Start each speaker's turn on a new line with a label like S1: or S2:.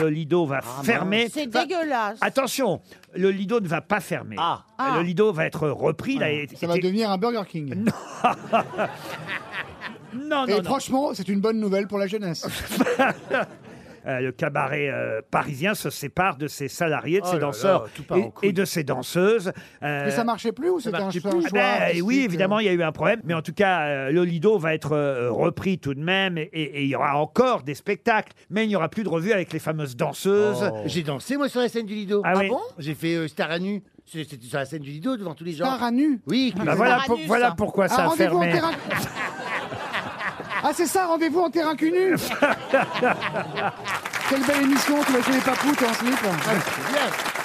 S1: le Lido va fermer.
S2: C'est
S1: Enfin,
S2: dégueulasse.
S1: Attention, le Lido ne va pas fermer. Euh,
S2: Ah.
S1: Le Lido va être repris. là, et-
S3: Ça va
S1: et-
S3: devenir un Burger King.
S1: Non,
S3: Et
S1: non, non.
S3: franchement, c'est une bonne nouvelle pour la jeunesse.
S1: Euh, le cabaret euh, parisien se sépare de ses salariés, de
S4: Oh
S1: ses
S4: là là,
S1: danseurs
S4: tout part en
S1: et-
S4: couille.
S1: et, de ses danseuses. Euh,
S3: Mais ça marchait bah, plus ou c'était un
S4: marchait
S3: choix
S4: plus.
S3: un
S1: Ah
S3: choix
S1: ben,
S3: artistique,
S1: oui,
S3: euh,
S1: évidemment, il y a eu un problème. Mais en tout cas, euh, le Lido va être euh, repris tout de même et- et et il y aura encore des spectacles. Mais il n'y aura plus de revue avec les fameuses danseuses.
S3: Oh.
S4: J'ai dansé, moi, sur la scène du Lido.
S1: Ah oui.
S4: bon J'ai fait euh, Star à nu. C'est- C'était sur la scène du Lido, devant tous les gens.
S3: Par à nu.
S4: Oui,
S1: Bah
S4: que-
S1: voilà,
S2: Uranus,
S1: pour- voilà
S2: ça.
S1: pourquoi
S3: Ah,
S1: ça a
S3: rendez-vous en
S1: fermé.
S3: terrain. Ah, c'est ça, rendez-vous en terrain cul nu. Quelle belle émission, tu vas chez les papous, t'es en slip.
S4: c'est bien.